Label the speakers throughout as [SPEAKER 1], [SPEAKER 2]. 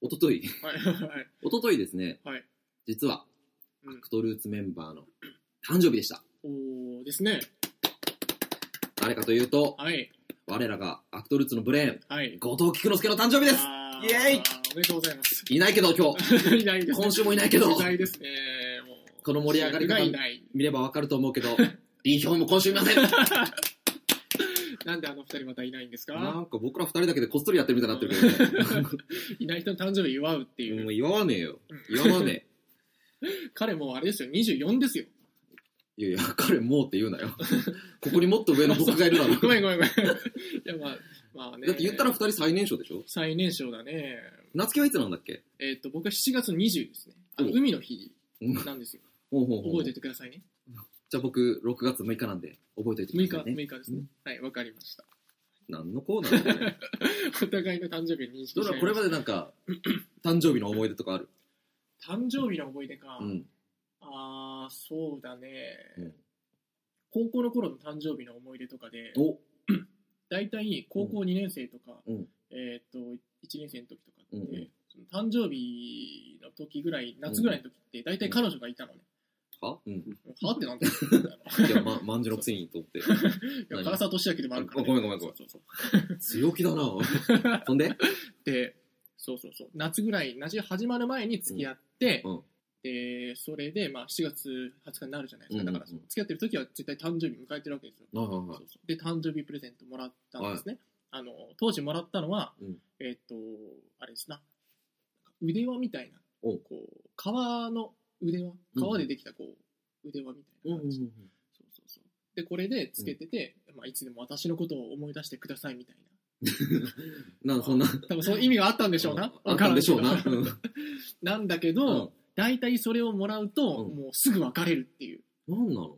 [SPEAKER 1] おとと い、
[SPEAKER 2] はいはい
[SPEAKER 1] おとといですね、
[SPEAKER 2] はい
[SPEAKER 1] 実は、
[SPEAKER 2] う
[SPEAKER 1] ア
[SPEAKER 2] ん
[SPEAKER 1] クトルーツメンバーの 誕生日でした。
[SPEAKER 2] おーですね
[SPEAKER 1] 誰かというと、
[SPEAKER 2] はい
[SPEAKER 1] 我らがアクトルーツのブレーン、
[SPEAKER 2] はい
[SPEAKER 1] 後藤菊之助の誕生日です
[SPEAKER 2] あ
[SPEAKER 1] イエーイ
[SPEAKER 2] おめでとうございます
[SPEAKER 1] いないけど今日、
[SPEAKER 2] いないですね
[SPEAKER 1] 今週もいないけど、
[SPEAKER 2] いないですねもう
[SPEAKER 1] この盛り上がり方
[SPEAKER 2] がいない
[SPEAKER 1] 見ればわかると思うけど、リヒョンも今週いません
[SPEAKER 2] なんであの二人またいないんです
[SPEAKER 1] な
[SPEAKER 2] か
[SPEAKER 1] んか僕ら二人だけでこっそりやってるみたいになってる け
[SPEAKER 2] いない人の誕生日祝うって
[SPEAKER 1] ど、
[SPEAKER 2] い
[SPEAKER 1] も
[SPEAKER 2] う
[SPEAKER 1] う言わねえよ。言わね
[SPEAKER 2] 彼もうあれですよ24ですよ
[SPEAKER 1] え。いやいや、彼もうって言うなよ。 ここにもっと上の僕がいるだろ。
[SPEAKER 2] ごめんごめんごめん いやまあまあね
[SPEAKER 1] だって言ったら二人最年少でしょ
[SPEAKER 2] 最年少だね
[SPEAKER 1] 夏希はいつなんだっけ
[SPEAKER 2] えーっと僕は7月20ですねあの
[SPEAKER 1] お
[SPEAKER 2] 海の日
[SPEAKER 1] うん
[SPEAKER 2] なんですよ
[SPEAKER 1] ほうほうほう
[SPEAKER 2] 覚えておいてくださいね
[SPEAKER 1] じゃあ僕、6月6日なんで、覚えておいてく
[SPEAKER 2] 6日
[SPEAKER 1] ださいね。
[SPEAKER 2] 6日ですねはいわかりました
[SPEAKER 1] 何のコーナー だよね。
[SPEAKER 2] お互いの誕生日を認識
[SPEAKER 1] どうだ
[SPEAKER 2] して
[SPEAKER 1] ろうこれまでなん か、誕生日の思い出とかある
[SPEAKER 2] 誕生日の思い出か、
[SPEAKER 1] うん。
[SPEAKER 2] ああそうだね、
[SPEAKER 1] うん
[SPEAKER 2] 高校の頃の誕生日の思い出とかで
[SPEAKER 1] お
[SPEAKER 2] 大体高校2年生とか、
[SPEAKER 1] うん
[SPEAKER 2] えーっと1年生の時とかって、
[SPEAKER 1] うんうん
[SPEAKER 2] その誕生日の時ぐらい夏ぐらいの時って大体彼女がいたのね、
[SPEAKER 1] はうん。
[SPEAKER 2] はってなんだよ
[SPEAKER 1] いや、 ま、まんじのくせにと思って。
[SPEAKER 2] いや唐沢俊明でもあるから、
[SPEAKER 1] あごめんごめんごめん
[SPEAKER 2] そうそうそう
[SPEAKER 1] 強気だなほんで
[SPEAKER 2] でそうそうそう夏ぐらい夏始まる前に付き合って、
[SPEAKER 1] うんうん
[SPEAKER 2] でそれで、まあ、7月20日になるじゃないですか、
[SPEAKER 1] うんうんうん
[SPEAKER 2] だからその付き合ってる時は絶対誕生日迎えてるわけですよ、
[SPEAKER 1] はいはいは
[SPEAKER 2] そうそうで誕生日プレゼントもらったんですね、あの当時もらったのは、
[SPEAKER 1] うん
[SPEAKER 2] えーっ、とあれですな腕輪みたいな
[SPEAKER 1] お
[SPEAKER 2] こう革の腕輪革でできたこう、腕輪みたいな感じ、そうそうそうでこれでつけてて、まあ、いつでも私のことを思い出してくださいみたい
[SPEAKER 1] なんかそんな。
[SPEAKER 2] な多分そういう意味があったんでしょうな
[SPEAKER 1] あ
[SPEAKER 2] わ
[SPEAKER 1] った
[SPEAKER 2] から
[SPEAKER 1] ん
[SPEAKER 2] ん
[SPEAKER 1] で
[SPEAKER 2] け
[SPEAKER 1] しょ
[SPEAKER 2] ど
[SPEAKER 1] うな。うん
[SPEAKER 2] なんだけど、大体それをもらうと、
[SPEAKER 1] うん
[SPEAKER 2] もうすぐ別れるっていう、
[SPEAKER 1] なんなの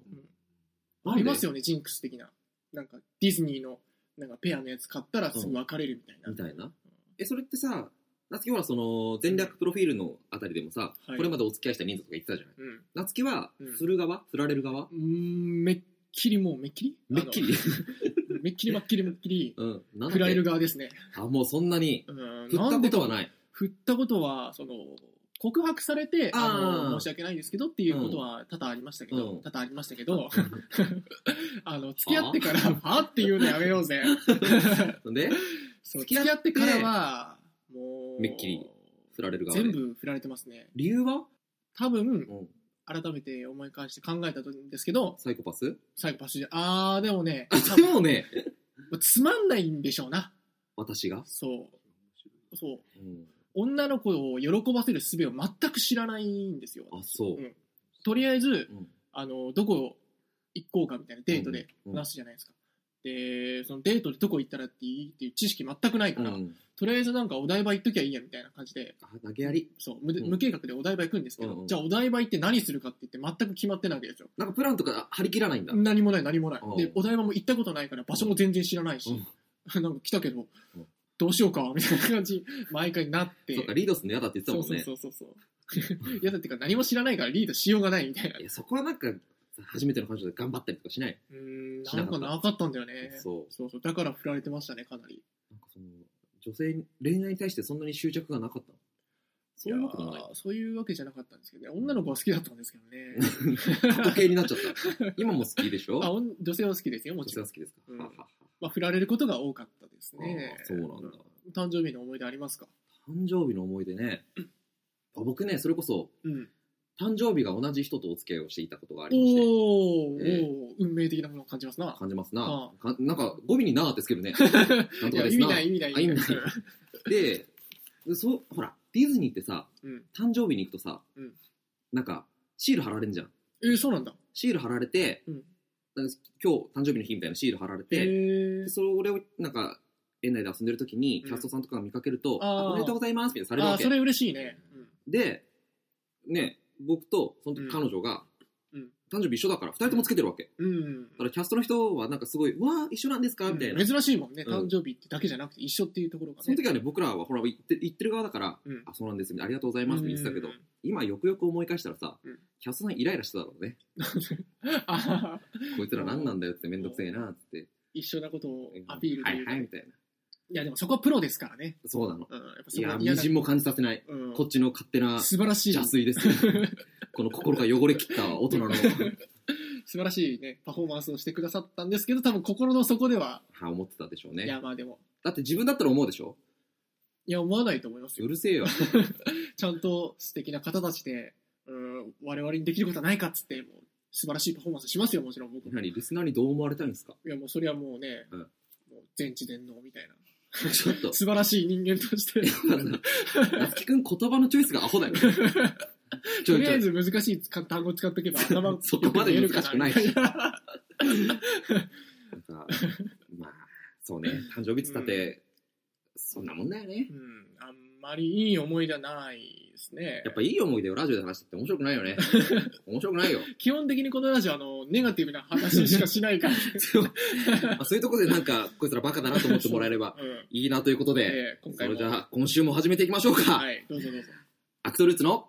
[SPEAKER 2] ありますよねジンクス的ななんかディズニーのなんかペアのやつ買ったらすぐ別れるみたいな、
[SPEAKER 1] みたいな。え、それってさ、夏希はその、全略プロフィールのあたりでもさ、
[SPEAKER 2] はい
[SPEAKER 1] これまでお付き合いした人数とか言ってたじゃない。
[SPEAKER 2] うん
[SPEAKER 1] 夏希は
[SPEAKER 2] うん、
[SPEAKER 1] 振る側振られる側
[SPEAKER 2] うーんめっきりもうめっきり
[SPEAKER 1] めっきり。
[SPEAKER 2] あのめっきりまっきりまっきり
[SPEAKER 1] うん。なんだっけ
[SPEAKER 2] 振られる側ですね
[SPEAKER 1] あ、もうそんなに。
[SPEAKER 2] うん
[SPEAKER 1] 振ったことは
[SPEAKER 2] なんで
[SPEAKER 1] な い。
[SPEAKER 2] 振ったことはその告白されて
[SPEAKER 1] あ
[SPEAKER 2] あ
[SPEAKER 1] ー
[SPEAKER 2] の申し訳ないですけどっていうことは多々ありましたけど、
[SPEAKER 1] うん
[SPEAKER 2] 多々ありましたけどあの付き合ってから「あ」っていうのやめようぜ
[SPEAKER 1] ほんで、
[SPEAKER 2] そう
[SPEAKER 1] 付
[SPEAKER 2] 付
[SPEAKER 1] き合って
[SPEAKER 2] き合ってからはもう
[SPEAKER 1] めっきり振られる側で。
[SPEAKER 2] 全。部振られてますね
[SPEAKER 1] 理由は
[SPEAKER 2] 多分
[SPEAKER 1] うん。
[SPEAKER 2] 改めて思い返して考えたんですけど
[SPEAKER 1] サイコパス
[SPEAKER 2] 最後パスであーでもね
[SPEAKER 1] でもね、
[SPEAKER 2] つまんないんでしょうな
[SPEAKER 1] 私が。
[SPEAKER 2] そうそう
[SPEAKER 1] うん。
[SPEAKER 2] 女の子を喜ばせる術を全く知らないんですよ
[SPEAKER 1] あ、そう。
[SPEAKER 2] うんとりあえず
[SPEAKER 1] うん。
[SPEAKER 2] あのどこ行こうかみたいなデートで
[SPEAKER 1] うん
[SPEAKER 2] 話すじゃないですか、でそのデートでどこ行ったらっていいっていう知識全くないから、
[SPEAKER 1] うん。
[SPEAKER 2] とりあえずなんかお台場行っときゃいいやみたいな感じで
[SPEAKER 1] あ、投げやり。
[SPEAKER 2] そう無,、
[SPEAKER 1] うん
[SPEAKER 2] 無計画でお台場行くんですけど、
[SPEAKER 1] うんうん
[SPEAKER 2] じゃあお台場行って何するかって言って全く決まってないわけですよ
[SPEAKER 1] なんかプランとか張り切らないんだ。
[SPEAKER 2] 何もない何もない、
[SPEAKER 1] うん
[SPEAKER 2] でお台場も行ったことないから場所も全然知らないし、 なんか来たけど、どうしようかみたいな感じ毎回なって
[SPEAKER 1] そうか、リードするの嫌だって言ってた
[SPEAKER 2] そ
[SPEAKER 1] も
[SPEAKER 2] うん
[SPEAKER 1] ね。
[SPEAKER 2] そうそうそうそう。 いやだってか何も知らないからリードしようがないみたいな。
[SPEAKER 1] いや、そこはなんか、初めての彼女で頑張ったりとかしない。
[SPEAKER 2] うーん、
[SPEAKER 1] しな
[SPEAKER 2] なん
[SPEAKER 1] か
[SPEAKER 2] か
[SPEAKER 1] った
[SPEAKER 2] なかったんだよね。そう
[SPEAKER 1] そう。
[SPEAKER 2] そうだから振られてましたね、かなり。
[SPEAKER 1] なんかその、女性に、恋愛に対してそんなに執着がなかったのそういうわけでもない
[SPEAKER 2] や。ーそういうわけじゃなかったんですけどね。女の子は好きだったんですけどね。
[SPEAKER 1] 時計になっちゃった。今も好きでしょ
[SPEAKER 2] あおん女性は好きですよ、も
[SPEAKER 1] 女
[SPEAKER 2] ち
[SPEAKER 1] 性
[SPEAKER 2] ろん
[SPEAKER 1] は。好きですか、
[SPEAKER 2] うん
[SPEAKER 1] ははは
[SPEAKER 2] まあ、振られることが多かったですね
[SPEAKER 1] あ。ーそうなんだ。
[SPEAKER 2] 誕生日の思い出ありますか
[SPEAKER 1] 誕生日の思い出 ね。あ僕ね、それこそ、
[SPEAKER 2] うん。
[SPEAKER 1] 誕生日が同じ人とお付き合いをしていたことがあ
[SPEAKER 2] おー
[SPEAKER 1] りまして、
[SPEAKER 2] おー、
[SPEAKER 1] え
[SPEAKER 2] 運命的なものを感じますな。
[SPEAKER 1] 感じますな
[SPEAKER 2] あ。
[SPEAKER 1] かなんか、語尾になーってつける ね。なん
[SPEAKER 2] い
[SPEAKER 1] とか
[SPEAKER 2] や、
[SPEAKER 1] で
[SPEAKER 2] 意
[SPEAKER 1] す
[SPEAKER 2] 味
[SPEAKER 1] な。
[SPEAKER 2] ない、意味ない、
[SPEAKER 1] あ意味ない。で、そう、ほら、ディズニーってさ、
[SPEAKER 2] うん。
[SPEAKER 1] 誕生日に行くとさ、
[SPEAKER 2] うん
[SPEAKER 1] なんか、シール貼られんじゃん。
[SPEAKER 2] えー、そうなんだ。
[SPEAKER 1] シール貼られて、
[SPEAKER 2] うん
[SPEAKER 1] なんか今日誕生日の日みたいなシール貼られ
[SPEAKER 2] へ
[SPEAKER 1] て、
[SPEAKER 2] ー
[SPEAKER 1] でそれをなんか、園内で遊んでる時に、
[SPEAKER 2] うん
[SPEAKER 1] キャストさんとかが見かけると、
[SPEAKER 2] あー
[SPEAKER 1] あおめでとうございますみたいな
[SPEAKER 2] あ
[SPEAKER 1] の
[SPEAKER 2] あー、
[SPEAKER 1] され
[SPEAKER 2] そ
[SPEAKER 1] るわ
[SPEAKER 2] れ嬉しいね。
[SPEAKER 1] け。で、ね、僕と、その時
[SPEAKER 2] うん
[SPEAKER 1] 彼女が、
[SPEAKER 2] うん
[SPEAKER 1] 誕生日一緒だから、二人ともつけてるわけ。だ
[SPEAKER 2] うん。うん
[SPEAKER 1] からキャストの人はなんかすごい、わー、一緒なんですかみたいな。
[SPEAKER 2] 珍しいもんね、
[SPEAKER 1] うん
[SPEAKER 2] 誕生日ってだけじゃなくて一緒っていうところがね
[SPEAKER 1] その時はね、僕らはほら、言って言ってる側だから、
[SPEAKER 2] うん
[SPEAKER 1] あ、そうなんです、ありがとうございますって言ってたけど
[SPEAKER 2] うん、
[SPEAKER 1] 今よくよく思い返したらさ、
[SPEAKER 2] うん
[SPEAKER 1] キャストさんイライラしてただろうね。
[SPEAKER 2] あはは
[SPEAKER 1] こいつら何なんだよってめんどくせえなって。
[SPEAKER 2] 一緒なことをアピールと
[SPEAKER 1] はいいう
[SPEAKER 2] か
[SPEAKER 1] はいみたいな。
[SPEAKER 2] いや、でもそこはプロですからね。
[SPEAKER 1] そうなの。
[SPEAKER 2] うん、やっぱ
[SPEAKER 1] い
[SPEAKER 2] そこ
[SPEAKER 1] や、
[SPEAKER 2] は
[SPEAKER 1] み
[SPEAKER 2] 嫌だ
[SPEAKER 1] じんも感じさせない。
[SPEAKER 2] うん、
[SPEAKER 1] こっちの勝手な
[SPEAKER 2] 素晴らしい、
[SPEAKER 1] 邪
[SPEAKER 2] 素
[SPEAKER 1] 推ですよ。 この心が汚れきった大人の、
[SPEAKER 2] 晴らしいね、パフォーマンスをしてくださったんですけど、多分心の底では、
[SPEAKER 1] は思ってたでしょう
[SPEAKER 2] いや、
[SPEAKER 1] ね。
[SPEAKER 2] まあでも、
[SPEAKER 1] だって自分だったら思うでしょ
[SPEAKER 2] いや、思わないと思いますよ
[SPEAKER 1] う。るせえよ。
[SPEAKER 2] ちゃんと素敵な方たちで、うん、我々にできることはないかっつって、もう素晴らしいパフォーマンスしますよ、もちろん僕も。い
[SPEAKER 1] 何、リスナーにどう思われたいんですか
[SPEAKER 2] や、もうそれはもうね、
[SPEAKER 1] うん
[SPEAKER 2] もう全知全能みたいな。
[SPEAKER 1] ちょっと。
[SPEAKER 2] 素晴らしい人間として、
[SPEAKER 1] 夏樹くん言葉のチョイスがアホだよ。ちょいち
[SPEAKER 2] と
[SPEAKER 1] ょ
[SPEAKER 2] りあえ
[SPEAKER 1] い。
[SPEAKER 2] ず難しい単語使っとけば頭
[SPEAKER 1] そこまで難しく ない
[SPEAKER 2] よ見えるかな
[SPEAKER 1] なんかまあ、そうね。誕生日っつったって、そんなもんだよね
[SPEAKER 2] う。ん、あんまりいい思い出はないですね。
[SPEAKER 1] やっぱいい思い出をラジオで話してって面白くないよ ね。面白くないよ。
[SPEAKER 2] 基本的にこのラジオあの、ネガティブな話しかし ないから。
[SPEAKER 1] まあそういうとこでなんか、こいつらバカだなと思ってもらえれば
[SPEAKER 2] うん。
[SPEAKER 1] いいなということで、
[SPEAKER 2] えー今
[SPEAKER 1] そ
[SPEAKER 2] 回も。
[SPEAKER 1] れじゃあ今週も始めていきましょうか。
[SPEAKER 2] はい、どうぞどうぞ。
[SPEAKER 1] アクトルーツの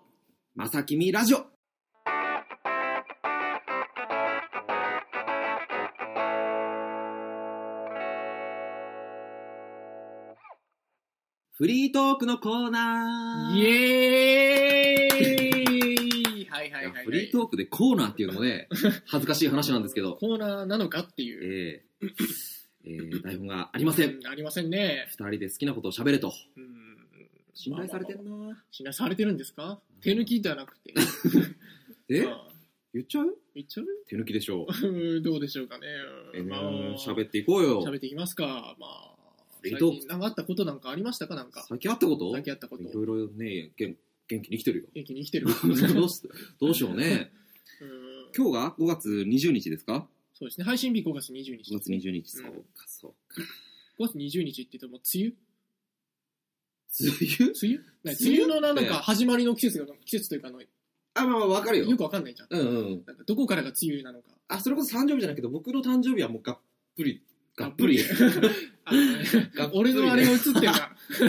[SPEAKER 1] まさきみラジオ。フリートークのコーナー。
[SPEAKER 2] イエーイはいはい
[SPEAKER 1] や
[SPEAKER 2] いはい、はい。
[SPEAKER 1] フリートークでコーナーっていうのも ね、恥ずかしい話なんですけど、
[SPEAKER 2] コーナーなのかっていう。
[SPEAKER 1] えーえー台本がありません。
[SPEAKER 2] うんありませんね。
[SPEAKER 1] 二人で好きなことを喋れと。
[SPEAKER 2] うん。
[SPEAKER 1] 信頼されてんな
[SPEAKER 2] 信頼されてるんですか手抜きではなくて。
[SPEAKER 1] え
[SPEAKER 2] まあ
[SPEAKER 1] 言っちゃう
[SPEAKER 2] 言っちゃう
[SPEAKER 1] 手抜きでしょう。
[SPEAKER 2] うんどうでしょうかね。
[SPEAKER 1] え
[SPEAKER 2] まあ
[SPEAKER 1] ー喋っていこうよ。
[SPEAKER 2] 喋っていきますか。まあ、
[SPEAKER 1] フリー
[SPEAKER 2] 最
[SPEAKER 1] トー
[SPEAKER 2] 近なんかあったことなんかありましたかなんか。
[SPEAKER 1] 先あったこと
[SPEAKER 2] 最近あったこと。。
[SPEAKER 1] いろいろね、元元気に生きてるよ
[SPEAKER 2] 元気に生きてる。
[SPEAKER 1] どうしどうしようね。
[SPEAKER 2] うん
[SPEAKER 1] 今日が5月20日ですか
[SPEAKER 2] そうですね。配信日5月20日。
[SPEAKER 1] ?5 月20日。そううんか、そうか。
[SPEAKER 2] 5月20日って言っても、梅雨
[SPEAKER 1] 梅雨
[SPEAKER 2] 梅雨ない
[SPEAKER 1] 梅
[SPEAKER 2] 梅
[SPEAKER 1] 雨
[SPEAKER 2] 雨のなん
[SPEAKER 1] ええ
[SPEAKER 2] か始まりの季節が、季節というかあの、
[SPEAKER 1] あ、まあまあ、わかる
[SPEAKER 2] よ
[SPEAKER 1] よ。
[SPEAKER 2] くわかんないじゃん。
[SPEAKER 1] うんうん。
[SPEAKER 2] なんかどこからが梅雨なのか。
[SPEAKER 1] あ、それこそ誕生日じゃないけど、僕の誕生日はもうがっぷり、がっぷり。
[SPEAKER 2] あのね
[SPEAKER 1] がっぷり
[SPEAKER 2] 俺のあれが映ってるな。
[SPEAKER 1] 梅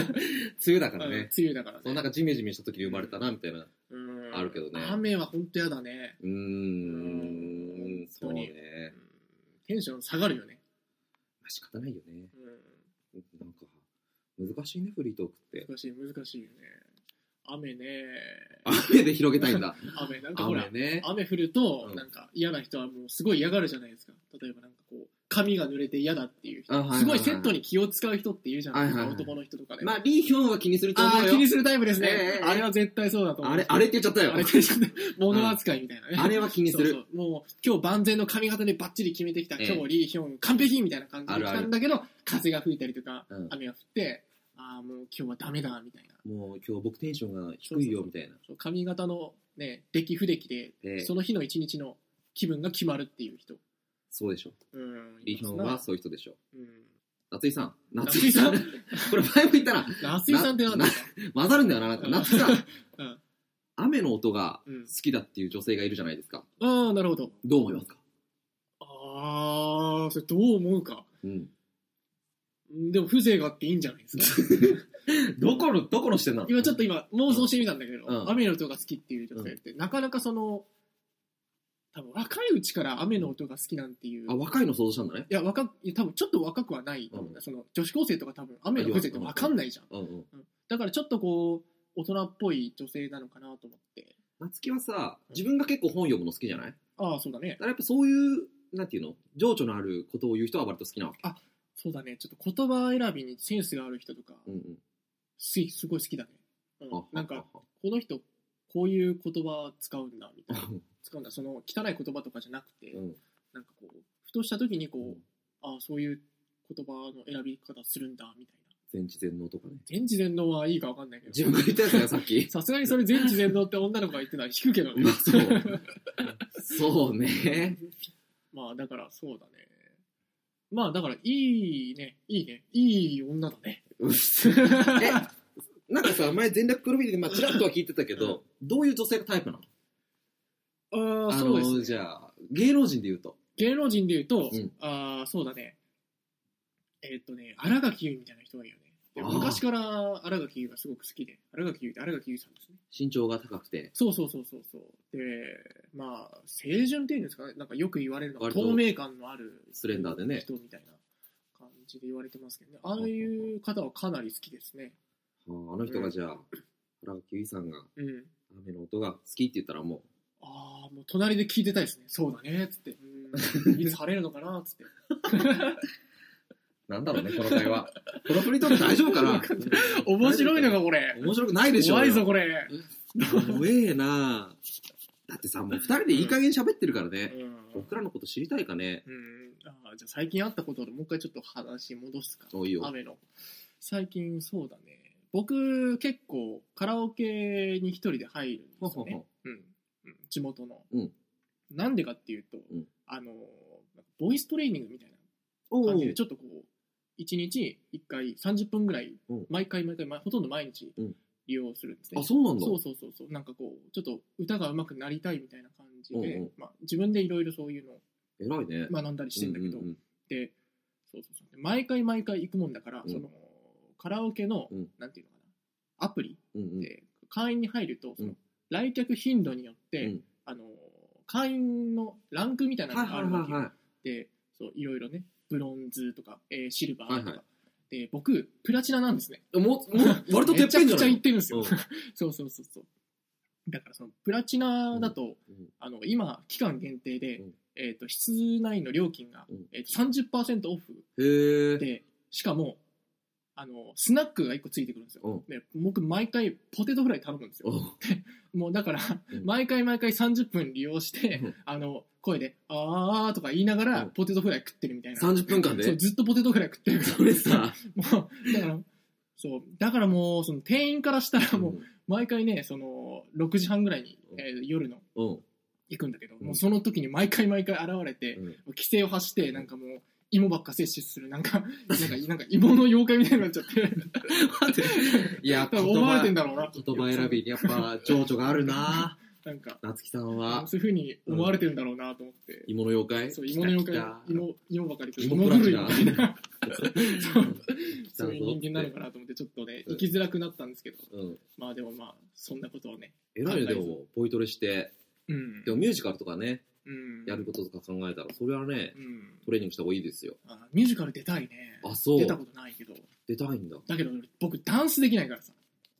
[SPEAKER 1] 雨だか
[SPEAKER 2] うん
[SPEAKER 1] ら
[SPEAKER 2] 梅
[SPEAKER 1] ね。
[SPEAKER 2] 雨だから
[SPEAKER 1] そのなんか
[SPEAKER 2] ね。
[SPEAKER 1] ジメジメした時に生まれたな、みたいな。
[SPEAKER 2] うん
[SPEAKER 1] あるけどね
[SPEAKER 2] 雨は本当やだね。
[SPEAKER 1] うーん
[SPEAKER 2] うん、
[SPEAKER 1] そうね。
[SPEAKER 2] うんテンション下がるよね。
[SPEAKER 1] まあ仕方ないよね。
[SPEAKER 2] う
[SPEAKER 1] なんか、難しいね、フリートークって
[SPEAKER 2] ん。。難しい、難しいよね。雨ね。
[SPEAKER 1] 雨で広げたいん だ。
[SPEAKER 2] 雨、なんかほら、
[SPEAKER 1] 雨
[SPEAKER 2] 雨
[SPEAKER 1] ね。
[SPEAKER 2] 降ると
[SPEAKER 1] う、ん
[SPEAKER 2] なんか嫌な人はもうすごい嫌がるじゃないですか。例えばなんかこう、髪が濡れて嫌だっていう人。
[SPEAKER 1] あはいはいはい
[SPEAKER 2] すごいセットに気を使う人っているじゃないですか、
[SPEAKER 1] はいはいはい
[SPEAKER 2] 男の人とかで。
[SPEAKER 1] まあ、リーヒョンは気にすると思
[SPEAKER 2] あ
[SPEAKER 1] う
[SPEAKER 2] ー
[SPEAKER 1] よ。
[SPEAKER 2] 気にするタイプですね、
[SPEAKER 1] ええええ
[SPEAKER 2] あれは絶対そうだと思う。
[SPEAKER 1] あれ、あれって言っちゃったよ
[SPEAKER 2] あ。れテンションで物扱いみたいなね。
[SPEAKER 1] あれは気にする。
[SPEAKER 2] そうそうもう今日万全の髪型でバッチリ決めてきた、
[SPEAKER 1] ええ
[SPEAKER 2] 今日リーヒョン完璧みたいな感じで来たんだけど風が吹いたりとか、
[SPEAKER 1] うん
[SPEAKER 2] 雨が降ってああもう今日はダメだみたいな
[SPEAKER 1] もう今日僕テンションが低いよみたいな。
[SPEAKER 2] そう髪型のね出来不出来で、
[SPEAKER 1] ええ
[SPEAKER 2] その日の一日の気分が決まるっていう人
[SPEAKER 1] そうでしょ。
[SPEAKER 2] うん
[SPEAKER 1] リヒョンはそういう人でしょ。
[SPEAKER 2] うん
[SPEAKER 1] 夏井さん。
[SPEAKER 2] 夏井さん
[SPEAKER 1] これ前も言ったら、
[SPEAKER 2] 夏井さんってなんだ
[SPEAKER 1] な混ざるんだよな、なんか。
[SPEAKER 2] うん
[SPEAKER 1] 夏井さん。
[SPEAKER 2] うん
[SPEAKER 1] 雨の音が
[SPEAKER 2] うん
[SPEAKER 1] 好きだっていう女性がいるじゃないですか。
[SPEAKER 2] ああなるほど
[SPEAKER 1] どう思いますか
[SPEAKER 2] ああそれどう思うか
[SPEAKER 1] うん。
[SPEAKER 2] うんでも風情があっていいんじゃないですか
[SPEAKER 1] どこの、どこの視点なの
[SPEAKER 2] 今ちょっと今妄想してみたんだけど、
[SPEAKER 1] うん
[SPEAKER 2] 雨の音が好きっていう女性って、なかなかその多分若いうちから雨の音が好きなんていう、
[SPEAKER 1] あ、
[SPEAKER 2] い
[SPEAKER 1] 若いの想像したんだね。
[SPEAKER 2] や若くいや多分ちょっと若くはないと思う、
[SPEAKER 1] うん
[SPEAKER 2] その女子高生とか多分雨の風情って分かんないじゃん、
[SPEAKER 1] うんうん。
[SPEAKER 2] うんだからちょっとこう大人っぽい女性なのかなと思って
[SPEAKER 1] 夏希はさ、自分が結構本読むの好きじゃないだか
[SPEAKER 2] ああそうだね
[SPEAKER 1] らやっぱそういう、なんていうの情緒のあることを言う人は割と好きなわけ。
[SPEAKER 2] そうだねちょっと言葉選びにセンスがある人とか、
[SPEAKER 1] うんうん。
[SPEAKER 2] すいすごい好きだね、うん
[SPEAKER 1] あ
[SPEAKER 2] なんか、この人こういう言葉使うんだみたいな使うんだその汚い言葉とかじゃなくて、
[SPEAKER 1] うん。
[SPEAKER 2] なんかこう、ふとした時にこう、
[SPEAKER 1] うん
[SPEAKER 2] ああ、そういう言葉の選び方するんだ、みたいな。
[SPEAKER 1] 全知全能とかね。
[SPEAKER 2] 全知全能はいいかわかんないけ
[SPEAKER 1] 自
[SPEAKER 2] ど
[SPEAKER 1] 分。が言ったやつだよ、さっき。
[SPEAKER 2] さすが にそれ全知全能って女の子が言ってたら引くけどね
[SPEAKER 1] まあ。そう。そうね。
[SPEAKER 2] まあだからそうだね。まあだからいいね、いいね、いい女だね。
[SPEAKER 1] え、なんかさ、前全略プロフィールで、まあ、ちらっとは聞いてたけど、どういう女性がタイプなの
[SPEAKER 2] ああ、
[SPEAKER 1] あ
[SPEAKER 2] そう
[SPEAKER 1] の、
[SPEAKER 2] です、
[SPEAKER 1] じ
[SPEAKER 2] ね。
[SPEAKER 1] ゃあ、芸能人で言うと。
[SPEAKER 2] 芸能人で言うと、
[SPEAKER 1] うん
[SPEAKER 2] ああ、そうだね。えーっとね、新垣結衣みたいな人がいいよね。で
[SPEAKER 1] あー
[SPEAKER 2] 昔から新垣結衣がすごく好きで、新垣結衣って新垣結衣さんですね。
[SPEAKER 1] 身長が高くて、
[SPEAKER 2] そうそうそうそうそう。で、まあ、清純っていうんですかね、なんかよく言われるのは
[SPEAKER 1] 割と
[SPEAKER 2] 透明感のある
[SPEAKER 1] スレンダーでね
[SPEAKER 2] 人みたいな感形で言われてますけどねああいう方はかなり好きですね
[SPEAKER 1] ああの人がじゃあ、原木由衣さんが
[SPEAKER 2] うん
[SPEAKER 1] 雨の音が好きって言ったらも
[SPEAKER 2] ああもう隣で聞いてたいですねそうだねっつってうんいつ晴れるのかなっ つって
[SPEAKER 1] う、なんだろうね、この会話。このプリントで大丈夫かな
[SPEAKER 2] わかんな 面白いのかこれ
[SPEAKER 1] 面白くないでしょ。
[SPEAKER 2] 怖いぞこれ、
[SPEAKER 1] 怖えなだってさ、もう二人でいい加減喋ってるからね。
[SPEAKER 2] うん
[SPEAKER 1] 僕らのこと知りたいかね。
[SPEAKER 2] うん、あーじゃあ最近あったことでもう一回ちょっと話戻すか
[SPEAKER 1] おいいよ。
[SPEAKER 2] 雨の最近そうだね僕結構カラオケに一人で入るん
[SPEAKER 1] ほ
[SPEAKER 2] で
[SPEAKER 1] う
[SPEAKER 2] す
[SPEAKER 1] ほ
[SPEAKER 2] よ
[SPEAKER 1] う
[SPEAKER 2] ね
[SPEAKER 1] ほ
[SPEAKER 2] うんうん地元の、
[SPEAKER 1] うん
[SPEAKER 2] なんでかっていうと、
[SPEAKER 1] うん
[SPEAKER 2] あのボイストレーニングみたいな
[SPEAKER 1] う。
[SPEAKER 2] 感じでちょっとこう1日1回30分ぐらい、
[SPEAKER 1] うん
[SPEAKER 2] 毎回毎回、まあ、ほとんど毎日
[SPEAKER 1] うん
[SPEAKER 2] 利用するんですね、
[SPEAKER 1] あ、そうなんだ。
[SPEAKER 2] そうそうそうそうなんかこうちょっと歌が上手くなりたいみたいな感じで、
[SPEAKER 1] うんうん
[SPEAKER 2] まあ、自分でいろいろそういうのを
[SPEAKER 1] 偉いね。
[SPEAKER 2] 学んだりしてんだけど、
[SPEAKER 1] うんうんうん
[SPEAKER 2] でそうそうそうで毎回毎回行くもんだから、
[SPEAKER 1] うん
[SPEAKER 2] そのカラオケの、
[SPEAKER 1] うん
[SPEAKER 2] なんていうのかなアプリ
[SPEAKER 1] うんうん
[SPEAKER 2] で会員に入ると、その
[SPEAKER 1] うん
[SPEAKER 2] 来客頻度によって、
[SPEAKER 1] うん
[SPEAKER 2] あの会員のランクみたいな
[SPEAKER 1] はい
[SPEAKER 2] のが
[SPEAKER 1] は
[SPEAKER 2] あ
[SPEAKER 1] い
[SPEAKER 2] るわ
[SPEAKER 1] はい
[SPEAKER 2] け
[SPEAKER 1] は
[SPEAKER 2] よ
[SPEAKER 1] い。
[SPEAKER 2] でそういろいろねブロンズとか、えーシルバーとか、
[SPEAKER 1] はいは
[SPEAKER 2] で僕プラチナなんですね
[SPEAKER 1] もう、もう割とてっぺんじゃ
[SPEAKER 2] めちゃくち
[SPEAKER 1] な
[SPEAKER 2] ゃ
[SPEAKER 1] い
[SPEAKER 2] 行ってるんですよ、
[SPEAKER 1] うん
[SPEAKER 2] そうそうそうそうだからそのプラチナだと、
[SPEAKER 1] うん
[SPEAKER 2] あの今期間限定で、
[SPEAKER 1] うん
[SPEAKER 2] えー、と室内の料金が、
[SPEAKER 1] うん
[SPEAKER 2] えー、と30%オフ
[SPEAKER 1] へえ。
[SPEAKER 2] でしかもあのスナックが1個ついてくるんですよ、
[SPEAKER 1] うん
[SPEAKER 2] で僕毎回ポテトフライ頼むんですよ
[SPEAKER 1] お
[SPEAKER 2] もうだから、
[SPEAKER 1] うん
[SPEAKER 2] 毎回毎回30分利用して、
[SPEAKER 1] うん
[SPEAKER 2] あの声で「あー」とか言いながら、
[SPEAKER 1] うん
[SPEAKER 2] ポテトフライ食ってるみたいな
[SPEAKER 1] 30分間
[SPEAKER 2] そう
[SPEAKER 1] で。
[SPEAKER 2] ずっとポテトフライ食ってる
[SPEAKER 1] それさ、
[SPEAKER 2] もうだからそうだからもうその店員からしたらもう、毎回ねその6時半ぐらいに、
[SPEAKER 1] うん
[SPEAKER 2] えー夜の
[SPEAKER 1] うん。うん。
[SPEAKER 2] 行くんだけど、
[SPEAKER 1] うん
[SPEAKER 2] もうその時に毎回毎回現れて、
[SPEAKER 1] うん
[SPEAKER 2] 規制を発してなんかもう芋ばっか摂取するなんかなんかなんか芋の妖怪みたいになっちゃって
[SPEAKER 1] 待っていや、
[SPEAKER 2] 多分思われてんだろうな
[SPEAKER 1] 言葉選びにやっぱ情緒があるな
[SPEAKER 2] なんか
[SPEAKER 1] 夏木さんは
[SPEAKER 2] そういうふうに思われてるんだろうなと思って、
[SPEAKER 1] 芋の妖怪
[SPEAKER 2] そう芋の妖
[SPEAKER 1] 来
[SPEAKER 2] 怪
[SPEAKER 1] た来た
[SPEAKER 2] 芋芋ばかりと
[SPEAKER 1] 芋
[SPEAKER 2] 芋
[SPEAKER 1] プラ
[SPEAKER 2] 狂
[SPEAKER 1] チ
[SPEAKER 2] い
[SPEAKER 1] ナ
[SPEAKER 2] み たいなそう
[SPEAKER 1] 来た
[SPEAKER 2] そ
[SPEAKER 1] ぞ
[SPEAKER 2] ういう人間なのかなと思ってちょっとね生きづらくなったんですけど、
[SPEAKER 1] うん
[SPEAKER 2] まあでもまあそんなことをね
[SPEAKER 1] 偉いね
[SPEAKER 2] 考え
[SPEAKER 1] で
[SPEAKER 2] ず
[SPEAKER 1] もボイトレして
[SPEAKER 2] うん
[SPEAKER 1] でもミュージカルとかね
[SPEAKER 2] うん
[SPEAKER 1] やることとか考えたらそれはね
[SPEAKER 2] うん
[SPEAKER 1] トレーニングした方がいいですよ
[SPEAKER 2] あミュージカル出たいね
[SPEAKER 1] あそう
[SPEAKER 2] 出たことないけど
[SPEAKER 1] 出たいんだ
[SPEAKER 2] だけど僕ダンスできないからさ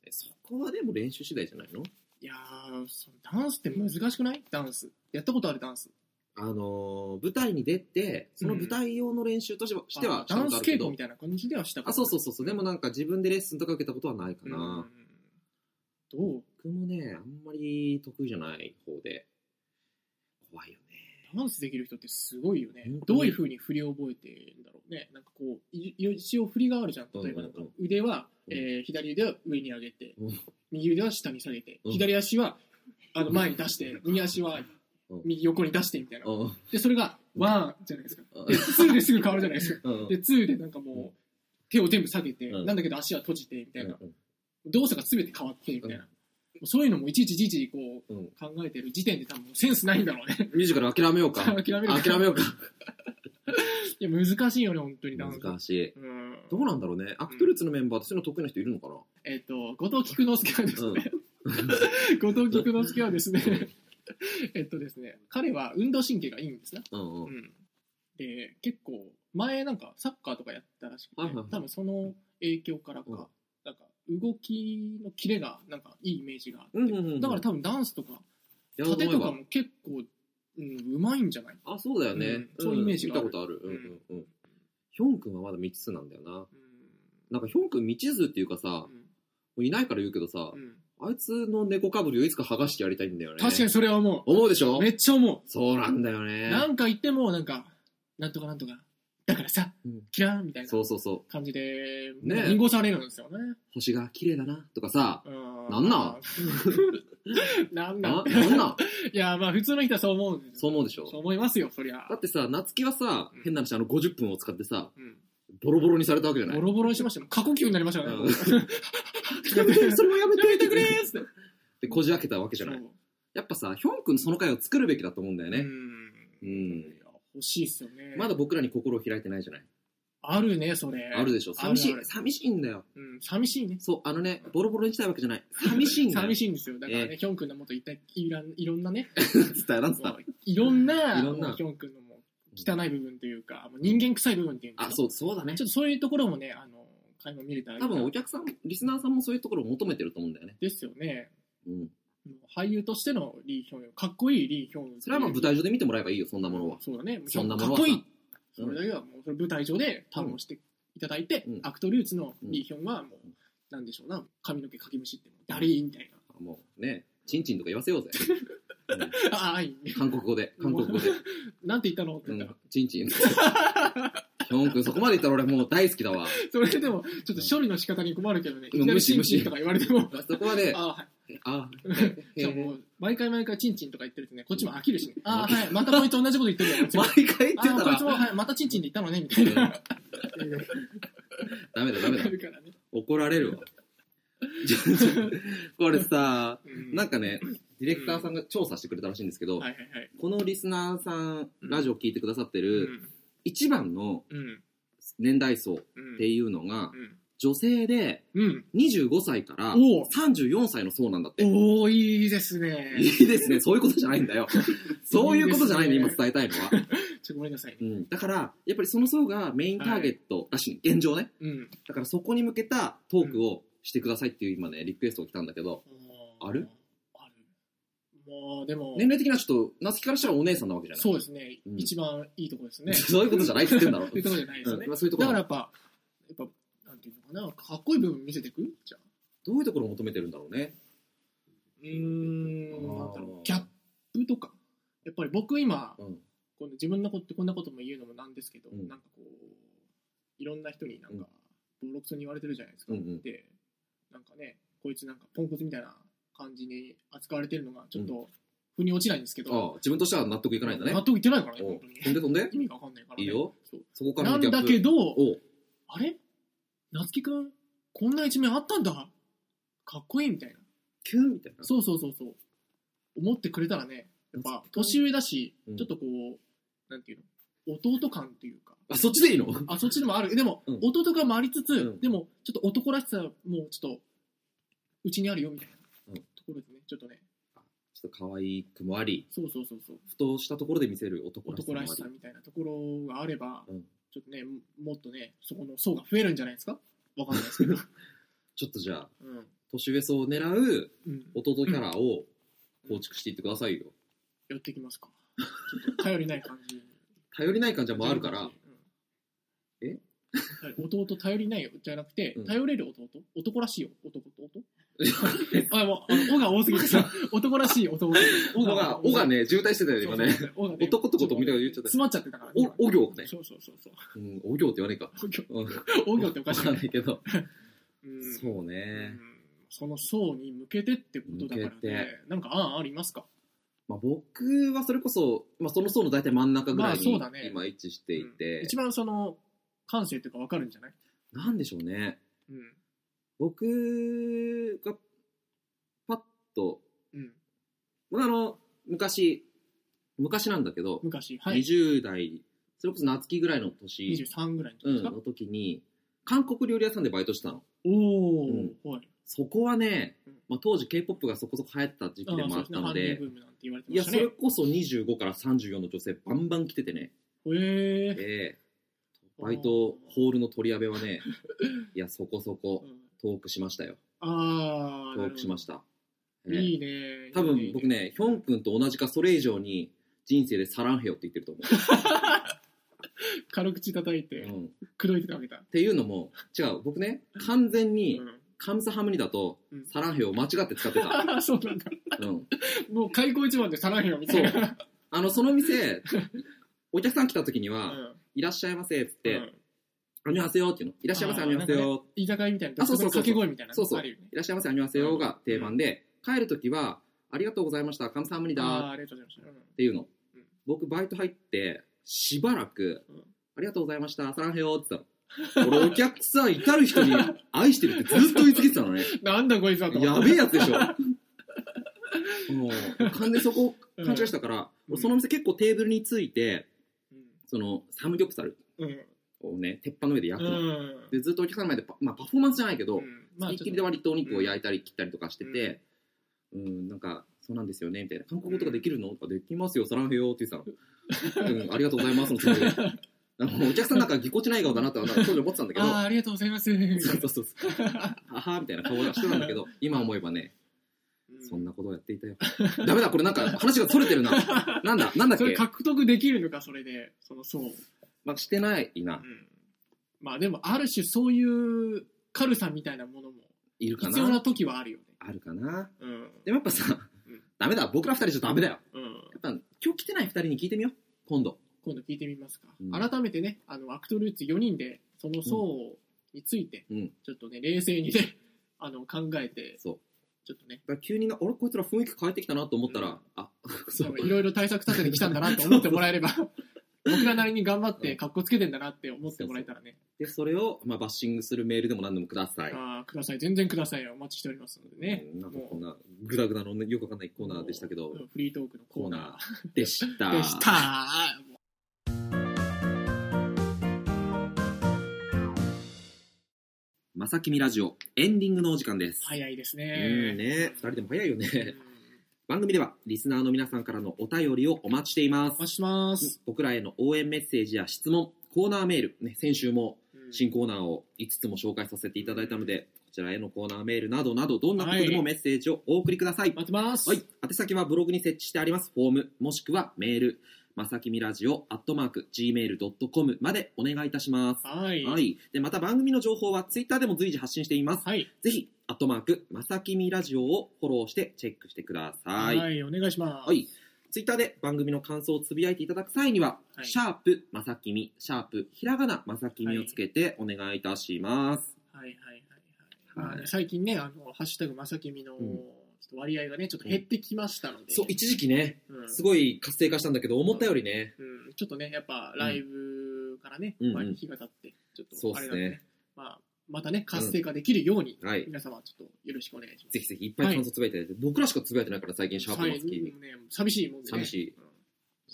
[SPEAKER 1] えそこはでも練習次第じゃないの
[SPEAKER 2] いやーそのダンスって難しくないダンスやったことあるダンス
[SPEAKER 1] あのー舞台に出てその舞台用の練習としてはしては
[SPEAKER 2] あダ
[SPEAKER 1] したこと
[SPEAKER 2] ンス
[SPEAKER 1] あるけ
[SPEAKER 2] 稽
[SPEAKER 1] ど
[SPEAKER 2] 古みたいな感じではした
[SPEAKER 1] あそうそううそうそうでもなんか自分でレッスンとか受けたことはないかな
[SPEAKER 2] どう
[SPEAKER 1] 僕もねあんまり得意じゃない方で怖いよね
[SPEAKER 2] ダンスできる人ってすごいよね
[SPEAKER 1] 本当に
[SPEAKER 2] どういうふうに振りを覚えてるんだろうねなんかこうい一応振りがあるじゃん例えばなんか
[SPEAKER 1] うんうん
[SPEAKER 2] 腕は、
[SPEAKER 1] うん
[SPEAKER 2] えー左腕を上に上げて、
[SPEAKER 1] うん
[SPEAKER 2] 右腕は下に下げて、
[SPEAKER 1] うん
[SPEAKER 2] 左足はあの前に出して右足は
[SPEAKER 1] うん
[SPEAKER 2] 右横に出してみたいな
[SPEAKER 1] うん
[SPEAKER 2] でそれがワンじゃないですか
[SPEAKER 1] うん
[SPEAKER 2] でツーですぐ変わるじゃないですか
[SPEAKER 1] うん
[SPEAKER 2] で2でなんかもう、
[SPEAKER 1] うん
[SPEAKER 2] 手を全部下げて、
[SPEAKER 1] うん
[SPEAKER 2] なんだけど足は閉じてみたいな、
[SPEAKER 1] うん
[SPEAKER 2] 動作が全て変わってみたい
[SPEAKER 1] う
[SPEAKER 2] な、
[SPEAKER 1] ん
[SPEAKER 2] もうそういうのもいちいちいちいちこう
[SPEAKER 1] うん
[SPEAKER 2] 考えてる時点で多分センスないんだろうね
[SPEAKER 1] ミュージカル諦めようか。
[SPEAKER 2] 諦める
[SPEAKER 1] 諦めようか。
[SPEAKER 2] いや難しいよね本当にダンス
[SPEAKER 1] 難しい。
[SPEAKER 2] うん
[SPEAKER 1] どうなんだろうね。アクトルーツのメンバーってそういうの得意な人いるのかな
[SPEAKER 2] えっ、と後藤菊之助はですね、後藤菊之助はですね えっとですね彼は運動神経がいいんですね、
[SPEAKER 1] うんうん。
[SPEAKER 2] うんで結構前なんかサッカーとかやったらしくて、
[SPEAKER 1] はいはいはい
[SPEAKER 2] 多分その影響からか、
[SPEAKER 1] うん
[SPEAKER 2] なんか動きのキレがなんかいいイメージがあって、
[SPEAKER 1] うんうんうんうん
[SPEAKER 2] だから多分ダンスとか
[SPEAKER 1] やろうと思
[SPEAKER 2] 縦
[SPEAKER 1] え
[SPEAKER 2] とか
[SPEAKER 1] ば。
[SPEAKER 2] も結構うんうまいんじゃない、
[SPEAKER 1] あ、そうだよね。
[SPEAKER 2] うんそういうイメージ
[SPEAKER 1] 見
[SPEAKER 2] があ
[SPEAKER 1] た
[SPEAKER 2] る
[SPEAKER 1] ことある。うんうんうん。ヒョン君はまだ未知数なんだよな。
[SPEAKER 2] うん
[SPEAKER 1] なんかヒョン君未知数っていうかさ、もういないから言うけどさ
[SPEAKER 2] う、ん
[SPEAKER 1] あいつの猫かぶりをいつか剥がしてやりたいんだよね。
[SPEAKER 2] 確かに。それは思
[SPEAKER 1] 思うでし
[SPEAKER 2] う
[SPEAKER 1] ょ
[SPEAKER 2] めっちゃ思
[SPEAKER 1] そうなんだよ
[SPEAKER 2] う、
[SPEAKER 1] ね。
[SPEAKER 2] なんか言ってもなんかなんとかなんとかだからさ、
[SPEAKER 1] うん
[SPEAKER 2] キラーンみたいな
[SPEAKER 1] そうそうそう。
[SPEAKER 2] 感じで
[SPEAKER 1] ね
[SPEAKER 2] なんか濁されるんですよね
[SPEAKER 1] 星が綺麗だな。とかさ、な
[SPEAKER 2] な
[SPEAKER 1] んなん
[SPEAKER 2] なん
[SPEAKER 1] な、
[SPEAKER 2] なん
[SPEAKER 1] なんなん
[SPEAKER 2] いやまあ普通の人はそう思うんですよ
[SPEAKER 1] そう思うでしょ
[SPEAKER 2] そう思いますよそりゃ
[SPEAKER 1] だってさ、夏希はさ
[SPEAKER 2] うん、
[SPEAKER 1] 変な話、あの50分を使ってさ、
[SPEAKER 2] うん
[SPEAKER 1] ボロボロにされたわけじゃない
[SPEAKER 2] ボロボロにしましたよ過呼吸になりましたよね
[SPEAKER 1] うん
[SPEAKER 2] やめて
[SPEAKER 1] それもやめ
[SPEAKER 2] やめ
[SPEAKER 1] て
[SPEAKER 2] てく
[SPEAKER 1] く
[SPEAKER 2] れ
[SPEAKER 1] れ
[SPEAKER 2] ー
[SPEAKER 1] っ
[SPEAKER 2] っつって
[SPEAKER 1] てこじ開けたわけじゃない。やっぱさ、ヒョン君のその回を作るべきだと思うんだよ
[SPEAKER 2] う
[SPEAKER 1] ね。
[SPEAKER 2] ん
[SPEAKER 1] うん
[SPEAKER 2] いや欲しいっすよね
[SPEAKER 1] まだ僕らに心を開いてないじゃない。
[SPEAKER 2] あるねそれ
[SPEAKER 1] あるでしょ。
[SPEAKER 2] あるある
[SPEAKER 1] 寂しい。寂しいんだよ。
[SPEAKER 2] うん寂しいね
[SPEAKER 1] そう、あのね、ボロボロにしたいわけじゃ ない。寂しいんだよ。
[SPEAKER 2] 寂
[SPEAKER 1] い。
[SPEAKER 2] しいんですよだからねヒョン君のもといったいらんいろんなね
[SPEAKER 1] つったら、なんつった
[SPEAKER 2] もういろん
[SPEAKER 1] いろん
[SPEAKER 2] な
[SPEAKER 1] な
[SPEAKER 2] もうヒョン君のもう汚い部分というか、もう人間臭い部分っていうか、
[SPEAKER 1] あ、そう、そうだね
[SPEAKER 2] ち。ょっとそういうところもね、あの、垣間見れたらいいな
[SPEAKER 1] 多分お客さん、リスナーさんもそういうところを求めてると思うんだよね。
[SPEAKER 2] ですよね。
[SPEAKER 1] うん。
[SPEAKER 2] もう俳優としてのリー・ヒョンウン、かっこいいリー・ヒョンウン。
[SPEAKER 1] それはまあ舞台上で見てもらえばいいよ、そんなものは。
[SPEAKER 2] そうだね。
[SPEAKER 1] そんなもの
[SPEAKER 2] かっ
[SPEAKER 1] は
[SPEAKER 2] こいい。
[SPEAKER 1] うん
[SPEAKER 2] それだけはもうそれ舞台上で堪能していただいて、
[SPEAKER 1] うん
[SPEAKER 2] アクトルーツのリー・ヒョンはもう、
[SPEAKER 1] うん
[SPEAKER 2] なんでしょうな、髪の毛かきむしっても、だりーみたいな。
[SPEAKER 1] もうね、チンチンとか言わせようぜ。うん
[SPEAKER 2] ああ、いい。
[SPEAKER 1] 韓国語 で、韓国語で。
[SPEAKER 2] なんて言ったのって
[SPEAKER 1] う
[SPEAKER 2] 言った
[SPEAKER 1] ん
[SPEAKER 2] ら、、
[SPEAKER 1] チン チン。ヒョン君、そこまで言ったら俺もう大好きだわ。
[SPEAKER 2] それでも、ちょっと処理の仕方に困るけどね、
[SPEAKER 1] う
[SPEAKER 2] い
[SPEAKER 1] ん
[SPEAKER 2] きな
[SPEAKER 1] 無
[SPEAKER 2] り
[SPEAKER 1] 視
[SPEAKER 2] チン
[SPEAKER 1] 無視
[SPEAKER 2] チンとか言われても、
[SPEAKER 1] そこまで、
[SPEAKER 2] ああ、はい。
[SPEAKER 1] あ、へ
[SPEAKER 2] じゃあ
[SPEAKER 1] へ
[SPEAKER 2] もう、毎回毎回チンチンとか言ってるとね、こっちも飽きるしね、ああ、はい、またこいつ同じこと言 ってるよ。
[SPEAKER 1] 毎回言
[SPEAKER 2] あ
[SPEAKER 1] ってた
[SPEAKER 2] ーこいつ
[SPEAKER 1] ら、
[SPEAKER 2] も、はい、またチンチンで言ったのね、みたいな。
[SPEAKER 1] ダメだダメだ
[SPEAKER 2] な。るからね。
[SPEAKER 1] 怒られるわ。 これさ、
[SPEAKER 2] うん
[SPEAKER 1] なんかね、ディレクターさんが調査してくれたらしいんですけど、
[SPEAKER 2] はいはいはい。
[SPEAKER 1] このリスナーさん、
[SPEAKER 2] うん
[SPEAKER 1] ラジオ聞いてくださって
[SPEAKER 2] う
[SPEAKER 1] る、
[SPEAKER 2] ん。
[SPEAKER 1] 一番の
[SPEAKER 2] うん。
[SPEAKER 1] 年代層っ
[SPEAKER 2] うん
[SPEAKER 1] ていうのが、
[SPEAKER 2] う
[SPEAKER 1] 女性で
[SPEAKER 2] ん。
[SPEAKER 1] 25歳から
[SPEAKER 2] おう
[SPEAKER 1] 34歳の層なんだって。
[SPEAKER 2] おー、いいですね。
[SPEAKER 1] いいですね。そういうことじゃないん だよ。そういうことじゃないね、
[SPEAKER 2] いい
[SPEAKER 1] 今
[SPEAKER 2] です
[SPEAKER 1] 伝えたいのは。
[SPEAKER 2] ちょっとごめんなさい。
[SPEAKER 1] うん。だから、やっぱりその層がメインターゲットらしい、現状ね。
[SPEAKER 2] うん。
[SPEAKER 1] だからそこに向けたトークをしてくださいっていう今ね、リクエストが来たんだけど、ある
[SPEAKER 2] ある。まあ、でも、
[SPEAKER 1] 年齢的にはちょっと、夏希からしたらお姉さんなわけじゃない
[SPEAKER 2] そうですね
[SPEAKER 1] う。ん
[SPEAKER 2] 一番いいとこです ね。
[SPEAKER 1] そういうことじゃないって言ってんだろ。
[SPEAKER 2] そういうとこじゃないですよね
[SPEAKER 1] うんまあそういうとこ
[SPEAKER 2] だ
[SPEAKER 1] ろ
[SPEAKER 2] からやっぱ、やっぱ、なんていうのかな、かっこいい部分見せてくじゃあ。
[SPEAKER 1] どういうところを求めてるんだろうね。
[SPEAKER 2] うーん、
[SPEAKER 1] あー
[SPEAKER 2] なんだろう。ギャップとか。やっぱり僕今、
[SPEAKER 1] うん。
[SPEAKER 2] この自分のことってこんなことも言うのもなんですけど、
[SPEAKER 1] うん
[SPEAKER 2] なんかこういろんな人になんかボロクソに言われてるじゃないですか、
[SPEAKER 1] うんうん
[SPEAKER 2] でなんかねこいつなんかポンコツみたいな感じに扱われてるのがちょっと腑に落ちないんですけど、
[SPEAKER 1] ああ、自分としては納得いかないんだね
[SPEAKER 2] 納。得いってないからね
[SPEAKER 1] お
[SPEAKER 2] 本
[SPEAKER 1] う
[SPEAKER 2] 当に
[SPEAKER 1] そんでそんで
[SPEAKER 2] 意味がわかんないから、ね、
[SPEAKER 1] いいよ
[SPEAKER 2] そう
[SPEAKER 1] そこから
[SPEAKER 2] な
[SPEAKER 1] のギ
[SPEAKER 2] ん
[SPEAKER 1] ャッ
[SPEAKER 2] だ
[SPEAKER 1] プ
[SPEAKER 2] けど
[SPEAKER 1] おう
[SPEAKER 2] あれ夏樹くんこんな一面あったんだかっこいいみたいな
[SPEAKER 1] キュンみたいな。
[SPEAKER 2] そうそうそうそう思ってくれたらねやっぱ年上だし、
[SPEAKER 1] うん
[SPEAKER 2] ちょっとこうなんていうの弟感というか
[SPEAKER 1] あ、そっちでいいの
[SPEAKER 2] あ、そっちでもある。でも、
[SPEAKER 1] うん
[SPEAKER 2] 弟が回りつつ、
[SPEAKER 1] うん
[SPEAKER 2] でも、ちょっと男らしさもうちょっと、うちにあるよみたいな、
[SPEAKER 1] うん
[SPEAKER 2] ところでね、ちょっとね、
[SPEAKER 1] ちょっと可愛くもあり、
[SPEAKER 2] そうそうそうそう、
[SPEAKER 1] ふとしたところで見せる男らしさ
[SPEAKER 2] 男
[SPEAKER 1] もあ
[SPEAKER 2] ら
[SPEAKER 1] り
[SPEAKER 2] しさみたいなところがあれば、
[SPEAKER 1] うん
[SPEAKER 2] ちょっとね、もっとね、そこの層が増えるんじゃないですかわかんないですけ ど。
[SPEAKER 1] ちょっとじゃあ、
[SPEAKER 2] うん。
[SPEAKER 1] 年上層を狙う
[SPEAKER 2] うん、
[SPEAKER 1] 弟キャラを構築していってくださいよ。
[SPEAKER 2] やっていきますか。ちょっと頼りない感じ。
[SPEAKER 1] 頼りない感じはもうあるから
[SPEAKER 2] うん、、
[SPEAKER 1] え
[SPEAKER 2] はい弟頼りないよじゃなくて、
[SPEAKER 1] うん
[SPEAKER 2] 頼れる弟男らしいよ男と弟あもうあの「お」が多すぎてさ男らしい弟
[SPEAKER 1] おが、おがね、渋滞してたよ、今ね。
[SPEAKER 2] そうそうそう
[SPEAKER 1] 男とことみたいなこと言っちゃった
[SPEAKER 2] 詰まっちゃってたから、
[SPEAKER 1] お、お行ね。
[SPEAKER 2] そうそうそうそう
[SPEAKER 1] うん、お行って言わないか。
[SPEAKER 2] お行
[SPEAKER 1] うん、わ
[SPEAKER 2] お行っておかしい
[SPEAKER 1] かんないけど。
[SPEAKER 2] うん
[SPEAKER 1] そう
[SPEAKER 2] う
[SPEAKER 1] ね。
[SPEAKER 2] んその層に向けてってことだから
[SPEAKER 1] 向け
[SPEAKER 2] ね
[SPEAKER 1] て
[SPEAKER 2] なんか案ありますか
[SPEAKER 1] まあ僕はそれこそ、まあその層の大体真ん中ぐらい
[SPEAKER 2] まあそ
[SPEAKER 1] に
[SPEAKER 2] うだね
[SPEAKER 1] 今位置してい
[SPEAKER 2] うん
[SPEAKER 1] て
[SPEAKER 2] 一、番その感性というか分かるんじゃない、
[SPEAKER 1] なんでしょうね。
[SPEAKER 2] うん
[SPEAKER 1] 僕が、パッと、
[SPEAKER 2] うん、
[SPEAKER 1] 僕あの、昔、昔なんだけど、
[SPEAKER 2] 昔はい
[SPEAKER 1] 20代、それこそ夏希ぐらいの年、
[SPEAKER 2] 23ぐらいの時
[SPEAKER 1] う
[SPEAKER 2] です
[SPEAKER 1] ん、
[SPEAKER 2] か、
[SPEAKER 1] の時に、韓国料理屋さんでバイトしてたの。
[SPEAKER 2] おお、はい
[SPEAKER 1] そこはね
[SPEAKER 2] うん、
[SPEAKER 1] まあ、当時 K-POP がそこそこ流行ってた時期でもあったので
[SPEAKER 2] ああそうすね韓流ブ、ームなんて言われて
[SPEAKER 1] い
[SPEAKER 2] ま
[SPEAKER 1] や、
[SPEAKER 2] した
[SPEAKER 1] そ
[SPEAKER 2] ね
[SPEAKER 1] れ。こそ25から34の女性バンバン来ててね、
[SPEAKER 2] へえ
[SPEAKER 1] ええバイト、ホールの取り上げはね、 いや、そこそこ
[SPEAKER 2] うん
[SPEAKER 1] トークしましたよ。
[SPEAKER 2] あ
[SPEAKER 1] トー
[SPEAKER 2] あ、なるほ
[SPEAKER 1] ク
[SPEAKER 2] ど
[SPEAKER 1] しました。ええ
[SPEAKER 2] いいね。
[SPEAKER 1] 多分僕ね、ヒョン君と同じかそれ以上に人生でサランヘヨって言ってると思
[SPEAKER 2] 軽口叩いて、
[SPEAKER 1] う。うん、っ
[SPEAKER 2] 口説いてたわけだ。
[SPEAKER 1] ていうのも、違う、僕ね、完全に、カムサハムニだと、
[SPEAKER 2] うん
[SPEAKER 1] サランヘを間違って使ってた。
[SPEAKER 2] ああ、そうなんだ。
[SPEAKER 1] うん。
[SPEAKER 2] もう開口一番でさらへんよみた
[SPEAKER 1] そ
[SPEAKER 2] いうな。。
[SPEAKER 1] あの、その店、お客さん来た時に
[SPEAKER 2] う
[SPEAKER 1] は、
[SPEAKER 2] ん
[SPEAKER 1] いらっしゃいませっつっ
[SPEAKER 2] う
[SPEAKER 1] て、
[SPEAKER 2] ん
[SPEAKER 1] アニュハセヨっていうの。いらっしゃいませ、
[SPEAKER 2] あ
[SPEAKER 1] ア
[SPEAKER 2] ー
[SPEAKER 1] ニュハセ
[SPEAKER 2] なん
[SPEAKER 1] ヨ。
[SPEAKER 2] 居酒屋みたいな。
[SPEAKER 1] あそうそうそう
[SPEAKER 2] 独特の掛け声みたいな。
[SPEAKER 1] そうそう
[SPEAKER 2] あるよね。
[SPEAKER 1] いらっしゃいませ、アニュハセヨが定番で、帰る時は、ありがとうございました、カムサハムニだ
[SPEAKER 2] あ
[SPEAKER 1] っ
[SPEAKER 2] あ、ありがとうございました。うん
[SPEAKER 1] ていうの
[SPEAKER 2] うん。
[SPEAKER 1] 僕、バイト入って、しばらく
[SPEAKER 2] うん、
[SPEAKER 1] ありがとうございました、サランヘヨって言ったの。俺、お客さん、至る人に愛してるってずっと言いつけてたのね。
[SPEAKER 2] なんだこいつだと思
[SPEAKER 1] や
[SPEAKER 2] って。
[SPEAKER 1] べえやつで しょ。もう、完全にそこ
[SPEAKER 2] うん
[SPEAKER 1] 勘違いしたから、
[SPEAKER 2] うん
[SPEAKER 1] そのお店結構テーブルについて、その、サムギョプサル
[SPEAKER 2] うん。
[SPEAKER 1] をね、鉄板の上で焼
[SPEAKER 2] う
[SPEAKER 1] くの。
[SPEAKER 2] ん。
[SPEAKER 1] で、ずっとお客さんの前でパ、まあ、パフォーマンスじゃないけど、
[SPEAKER 2] う
[SPEAKER 1] 付
[SPEAKER 2] んまあ
[SPEAKER 1] きっきりで割とお肉を焼いたり切ったりとかしてて、うん、なんか、そうなんですよねみたいな韓国語とかできるのとかできますよサランヘヨって言ってたの、うん、ありがとうございますのつもりであのお客さんなんかぎこちない顔だなとは当時思ってたんだけど
[SPEAKER 2] ああありがとうございます
[SPEAKER 1] そうそうそうあはーみたいな顔はしてたんだ けど今思えばねそんなことをやっていたよ。ダメだ、これなんか話が逸れてる な。なんだ、なんだっ
[SPEAKER 2] それ
[SPEAKER 1] け。
[SPEAKER 2] 獲得できるのかそれでそのそう、
[SPEAKER 1] まあ、してないな
[SPEAKER 2] う。ん、まあでもある種そういう軽さみたいなものも
[SPEAKER 1] いるか
[SPEAKER 2] 必要な
[SPEAKER 1] な。
[SPEAKER 2] 時はあるよね
[SPEAKER 1] あるかな。
[SPEAKER 2] うん
[SPEAKER 1] でもやっぱさ
[SPEAKER 2] ん、
[SPEAKER 1] ダメだ、僕ら二人じゃダメだよ。
[SPEAKER 2] うん
[SPEAKER 1] やっぱ今日来てない二人に聞いてみよう。今度。
[SPEAKER 2] 今度聞いてみますか、
[SPEAKER 1] うん
[SPEAKER 2] 改めてねあのアクトルーツ4人でその層について、
[SPEAKER 1] うん
[SPEAKER 2] ちょっとね冷静にね あの考えて
[SPEAKER 1] そう。
[SPEAKER 2] ちょっとね
[SPEAKER 1] だから急にな、俺こいつら雰囲気変えてきたなと思ったら、
[SPEAKER 2] うん
[SPEAKER 1] あ、 そ
[SPEAKER 2] 多
[SPEAKER 1] う
[SPEAKER 2] 分。いろいろ対策立ててきたんだなと思っても らえれば僕らなりに頑張って格好つけてんだなって思ってもらえたらね
[SPEAKER 1] で、それを、まあ、バッシングするメールでも何でもください。
[SPEAKER 2] あーください全然くださいお待ちしておりますのでね
[SPEAKER 1] うんなんかこ
[SPEAKER 2] も
[SPEAKER 1] ん
[SPEAKER 2] う
[SPEAKER 1] な、ぐだぐだのねよくわかんないコーナーでしたけど、
[SPEAKER 2] うんフリートークのコ
[SPEAKER 1] コ
[SPEAKER 2] ー
[SPEAKER 1] ー
[SPEAKER 2] ナ
[SPEAKER 1] ナーでした。
[SPEAKER 2] ー でした。
[SPEAKER 1] まさきみラジオ、エンディングのお時間です。
[SPEAKER 2] 早いです
[SPEAKER 1] うん
[SPEAKER 2] ね
[SPEAKER 1] ね、二人でも早いよね。
[SPEAKER 2] うん
[SPEAKER 1] 番組では、リスナーの皆さんからのお便りをお待ちしていま
[SPEAKER 2] お待
[SPEAKER 1] す。
[SPEAKER 2] ちします、
[SPEAKER 1] 僕らへの応援メッセージや質問、コーナーメール、ね、先週も
[SPEAKER 2] うん
[SPEAKER 1] 新コーナーを5つも紹介させていただいたので、こちらへのコーナーメールなどなど、どんなことでもメッセージをお送りください。
[SPEAKER 2] 待ってます、
[SPEAKER 1] はい、宛先はブログに設置してありますフォーム、もしくはメール、まさきみラジオ、アットマーク、gmail.com までお願いいたします。
[SPEAKER 2] はい
[SPEAKER 1] は
[SPEAKER 2] はい
[SPEAKER 1] い。で、また番組の情報はツイッターでも随時発信しています。ぜひ、アットマーク、まさきみラジオをフォローしてチェックしてくださ。
[SPEAKER 2] はいい、お願いします。
[SPEAKER 1] はいツイッターで番組の感想をつぶやいていただく際には、
[SPEAKER 2] はい
[SPEAKER 1] シャープ、まさきみ、シャープ、ひらがな、まさきみをつけてお願いいたします。
[SPEAKER 2] はいはい
[SPEAKER 1] は
[SPEAKER 2] はいはい。
[SPEAKER 1] い
[SPEAKER 2] まあね最近ね、あの、ハッシュタグまさきみの、
[SPEAKER 1] ん
[SPEAKER 2] ちょっと割合がね、ちょっと減ってきましたので。
[SPEAKER 1] そう、一時期ね、
[SPEAKER 2] うん、
[SPEAKER 1] すごい活性化したんだけど、思ったよりね、
[SPEAKER 2] うんちょっとね、やっぱライブからね、
[SPEAKER 1] うん
[SPEAKER 2] まあ
[SPEAKER 1] うん
[SPEAKER 2] 日が経って、ちょ
[SPEAKER 1] そ
[SPEAKER 2] っ
[SPEAKER 1] う
[SPEAKER 2] と
[SPEAKER 1] っ
[SPEAKER 2] あ
[SPEAKER 1] すね
[SPEAKER 2] れなんでね、まあ、またね、活性化できるように、
[SPEAKER 1] はい。
[SPEAKER 2] 皆様ちょっとよろしくお願いします。
[SPEAKER 1] ぜひぜひいっぱい感想つぶやいていただいて、僕らしかつぶやいてないから最近シャープの
[SPEAKER 2] はい
[SPEAKER 1] 好きに。
[SPEAKER 2] もうね、寂しいもんでね。
[SPEAKER 1] 寂しい
[SPEAKER 2] うんち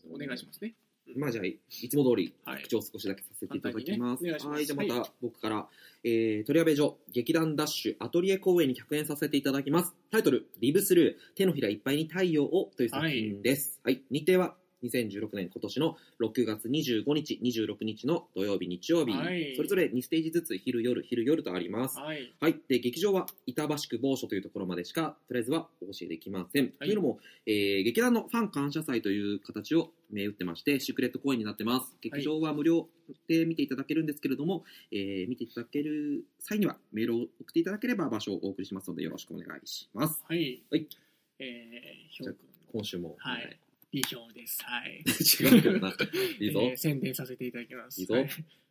[SPEAKER 2] ょっとお願いしますね。
[SPEAKER 1] まあじゃあ、いつも通り、
[SPEAKER 2] はい
[SPEAKER 1] 口。調少しだけさせていただきます。
[SPEAKER 2] 簡単にねお願いします
[SPEAKER 1] はい、じゃあまた僕から、えー、取り上げ所、劇団ダッシュ、アトリエ公演に客演させていただきます。タイトル、リブスルー、手のひらいっぱいに太陽をという作品です。はい、日程は、2016年今年の6月25日、26日の土曜日、日曜日、
[SPEAKER 2] はい
[SPEAKER 1] それぞれ2ステージずつ昼夜、昼夜とあります。
[SPEAKER 2] はい。
[SPEAKER 1] はい、で劇場は板橋区某所というところまでしかとりあえずはお教えできません。というのも、えー劇団のファン感謝祭という形を銘打ってましてシークレット公演になってます。劇場は無料で見ていただけるんですけれども、えー見ていただける際にはメールを送っていただければ場所をお送りしますのでよろしくお願いします。
[SPEAKER 2] はい。
[SPEAKER 1] はい
[SPEAKER 2] えー、ひょうくん、
[SPEAKER 1] 今週も、
[SPEAKER 2] はい理想です。はい。
[SPEAKER 1] 違うけど な。いいぞ。
[SPEAKER 2] えー宣伝させていただきます。
[SPEAKER 1] いいぞ
[SPEAKER 2] はい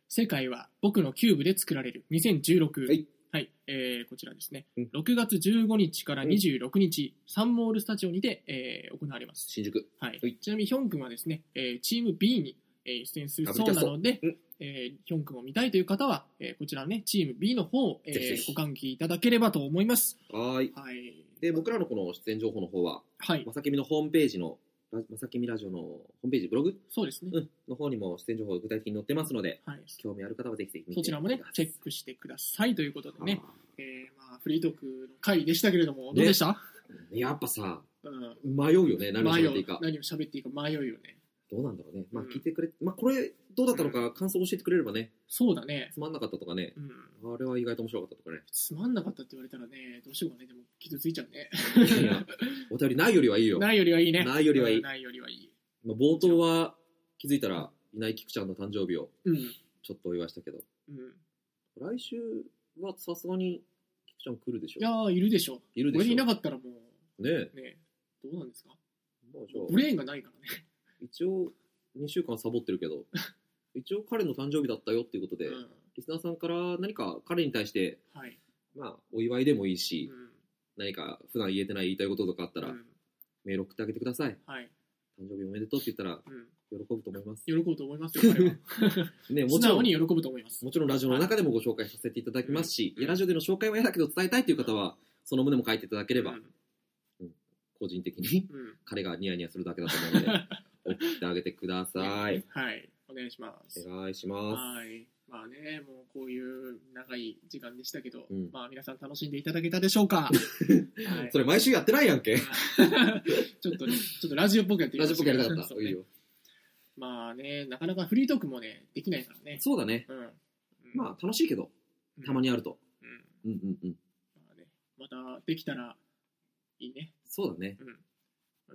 [SPEAKER 2] 世界は僕のキューブで作られる2016。
[SPEAKER 1] はい。
[SPEAKER 2] えーこちらですね、
[SPEAKER 1] うん
[SPEAKER 2] 6月15日から26日、サンモールスタジオにて、えー行われます。
[SPEAKER 1] 新宿。
[SPEAKER 2] はい。
[SPEAKER 1] はい
[SPEAKER 2] ちなみにヒョン君はですね、えーチーム B に、えー出演するそうなので、
[SPEAKER 1] うん
[SPEAKER 2] えーヒョン君を見たいという方は、えーこちらのね、チーム B の方を、えー
[SPEAKER 1] ぜひぜひ
[SPEAKER 2] ご歓喜いただければと思います。
[SPEAKER 1] はい。
[SPEAKER 2] はい。
[SPEAKER 1] で僕らのこの出演情報の方は
[SPEAKER 2] はい
[SPEAKER 1] ま。さきみのホームページのラまさきみラジオのホームページブログ
[SPEAKER 2] そうですね。
[SPEAKER 1] うん、の方にも出演情報が具体的に載ってますので、
[SPEAKER 2] はい。
[SPEAKER 1] 興味ある方はぜひぜひ見て
[SPEAKER 2] そちらもね
[SPEAKER 1] くだ、
[SPEAKER 2] チ
[SPEAKER 1] さ
[SPEAKER 2] ェ
[SPEAKER 1] い
[SPEAKER 2] ックしてくださいということでね。
[SPEAKER 1] あ
[SPEAKER 2] えーまあ、フリートークの回でしたけれども、どうでした、
[SPEAKER 1] ーやっぱさ、
[SPEAKER 2] うん、
[SPEAKER 1] 迷うよね、何を
[SPEAKER 2] 迷
[SPEAKER 1] 喋っていいうか。
[SPEAKER 2] 何を喋っていいか迷うよね。
[SPEAKER 1] どうなんだろうね。まあ、
[SPEAKER 2] うん
[SPEAKER 1] 聞いてくれ、まあ、これ、どうだったのか、感想を教えてくれればね、
[SPEAKER 2] そうだね。
[SPEAKER 1] つまんなかったとかね、
[SPEAKER 2] うん。
[SPEAKER 1] あれは意外と面白かったとか
[SPEAKER 2] つまんなかったって言われたらね、どうしようかね。でも、傷ついちゃうね。
[SPEAKER 1] ね。いや お便りないよりはいいよ。
[SPEAKER 2] ないよりはいいね。
[SPEAKER 1] ないよりはいい
[SPEAKER 2] うんないよりはいい。
[SPEAKER 1] まあ、冒頭は、気づいたら、いない菊ちゃんの誕生日を
[SPEAKER 2] うん。
[SPEAKER 1] ちょっとお祝いしたけど、
[SPEAKER 2] うん、
[SPEAKER 1] 来週はさすがに菊ちゃん来るでしょ。
[SPEAKER 2] いやー、いるでしょ。
[SPEAKER 1] いるでしょ
[SPEAKER 2] 俺いなかったらもう、
[SPEAKER 1] ねえ。
[SPEAKER 2] ね、どうなんですか
[SPEAKER 1] まあ、じゃあ
[SPEAKER 2] ブレーンがないからね。
[SPEAKER 1] 一応2週間サボってるけど 一応彼の誕生日だったよっていうことで、
[SPEAKER 2] う
[SPEAKER 1] リスナーさんから何か彼に対して、
[SPEAKER 2] ん。はい。
[SPEAKER 1] まあ、お祝いでもいいし、
[SPEAKER 2] うん
[SPEAKER 1] 何か普段言えてない言いたいこととかあったら、
[SPEAKER 2] うん
[SPEAKER 1] メール送ってあげてください
[SPEAKER 2] はい。
[SPEAKER 1] 誕生日おめでとうって言ったら
[SPEAKER 2] うん。
[SPEAKER 1] 喜ぶと思います
[SPEAKER 2] 喜ぶと思いますよ、彼は。
[SPEAKER 1] ね も
[SPEAKER 2] 素
[SPEAKER 1] ちろ
[SPEAKER 2] 直
[SPEAKER 1] ん
[SPEAKER 2] に喜ぶと思います。
[SPEAKER 1] もちろんラジオの中でもご紹介させていただきますし、
[SPEAKER 2] うん
[SPEAKER 1] いやラジオでの紹介は嫌だけど伝えたいという方はその旨も書いていただければ、
[SPEAKER 2] うん
[SPEAKER 1] 個人的に
[SPEAKER 2] うん。
[SPEAKER 1] 彼がニヤニヤするだけだと 思うので送ってあげてください
[SPEAKER 2] はい。お願いします。
[SPEAKER 1] お願いします
[SPEAKER 2] はい。まあね、もうこういう長い時間でしたけど、
[SPEAKER 1] うん
[SPEAKER 2] まあ皆さん楽しんでいただけたでしょうか。はい
[SPEAKER 1] それ毎週やってないやんけ。
[SPEAKER 2] ちょっとね、ちょっとラジオっぽくやってみ
[SPEAKER 1] ラ
[SPEAKER 2] ま
[SPEAKER 1] ジオ
[SPEAKER 2] し
[SPEAKER 1] っぽくや
[SPEAKER 2] たけど
[SPEAKER 1] りたかった。
[SPEAKER 2] そう
[SPEAKER 1] い
[SPEAKER 2] ね
[SPEAKER 1] いよ
[SPEAKER 2] まあね、なかなかフリートークもね、できないからね。
[SPEAKER 1] そうだね。
[SPEAKER 2] うん。
[SPEAKER 1] まあ楽しいけど、
[SPEAKER 2] あ
[SPEAKER 1] たまにあると。
[SPEAKER 2] うん。
[SPEAKER 1] うんうんうん。
[SPEAKER 2] まあね、またできたらいいね。
[SPEAKER 1] そうだね。
[SPEAKER 2] うん。ま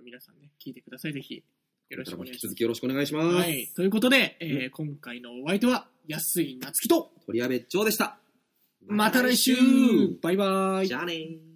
[SPEAKER 2] あ、皆さんね、聞いてください、ぜひ。よろしくお
[SPEAKER 1] これからも
[SPEAKER 2] 願
[SPEAKER 1] 引
[SPEAKER 2] い
[SPEAKER 1] き
[SPEAKER 2] しま
[SPEAKER 1] 続
[SPEAKER 2] す。
[SPEAKER 1] きよろしくお願いします。
[SPEAKER 2] はい。ということで、えー今回のお相手は、安井夏樹と、
[SPEAKER 1] 鳥矢部長でした。
[SPEAKER 2] また来週
[SPEAKER 1] また来週
[SPEAKER 2] バイバイ
[SPEAKER 1] じゃあねー。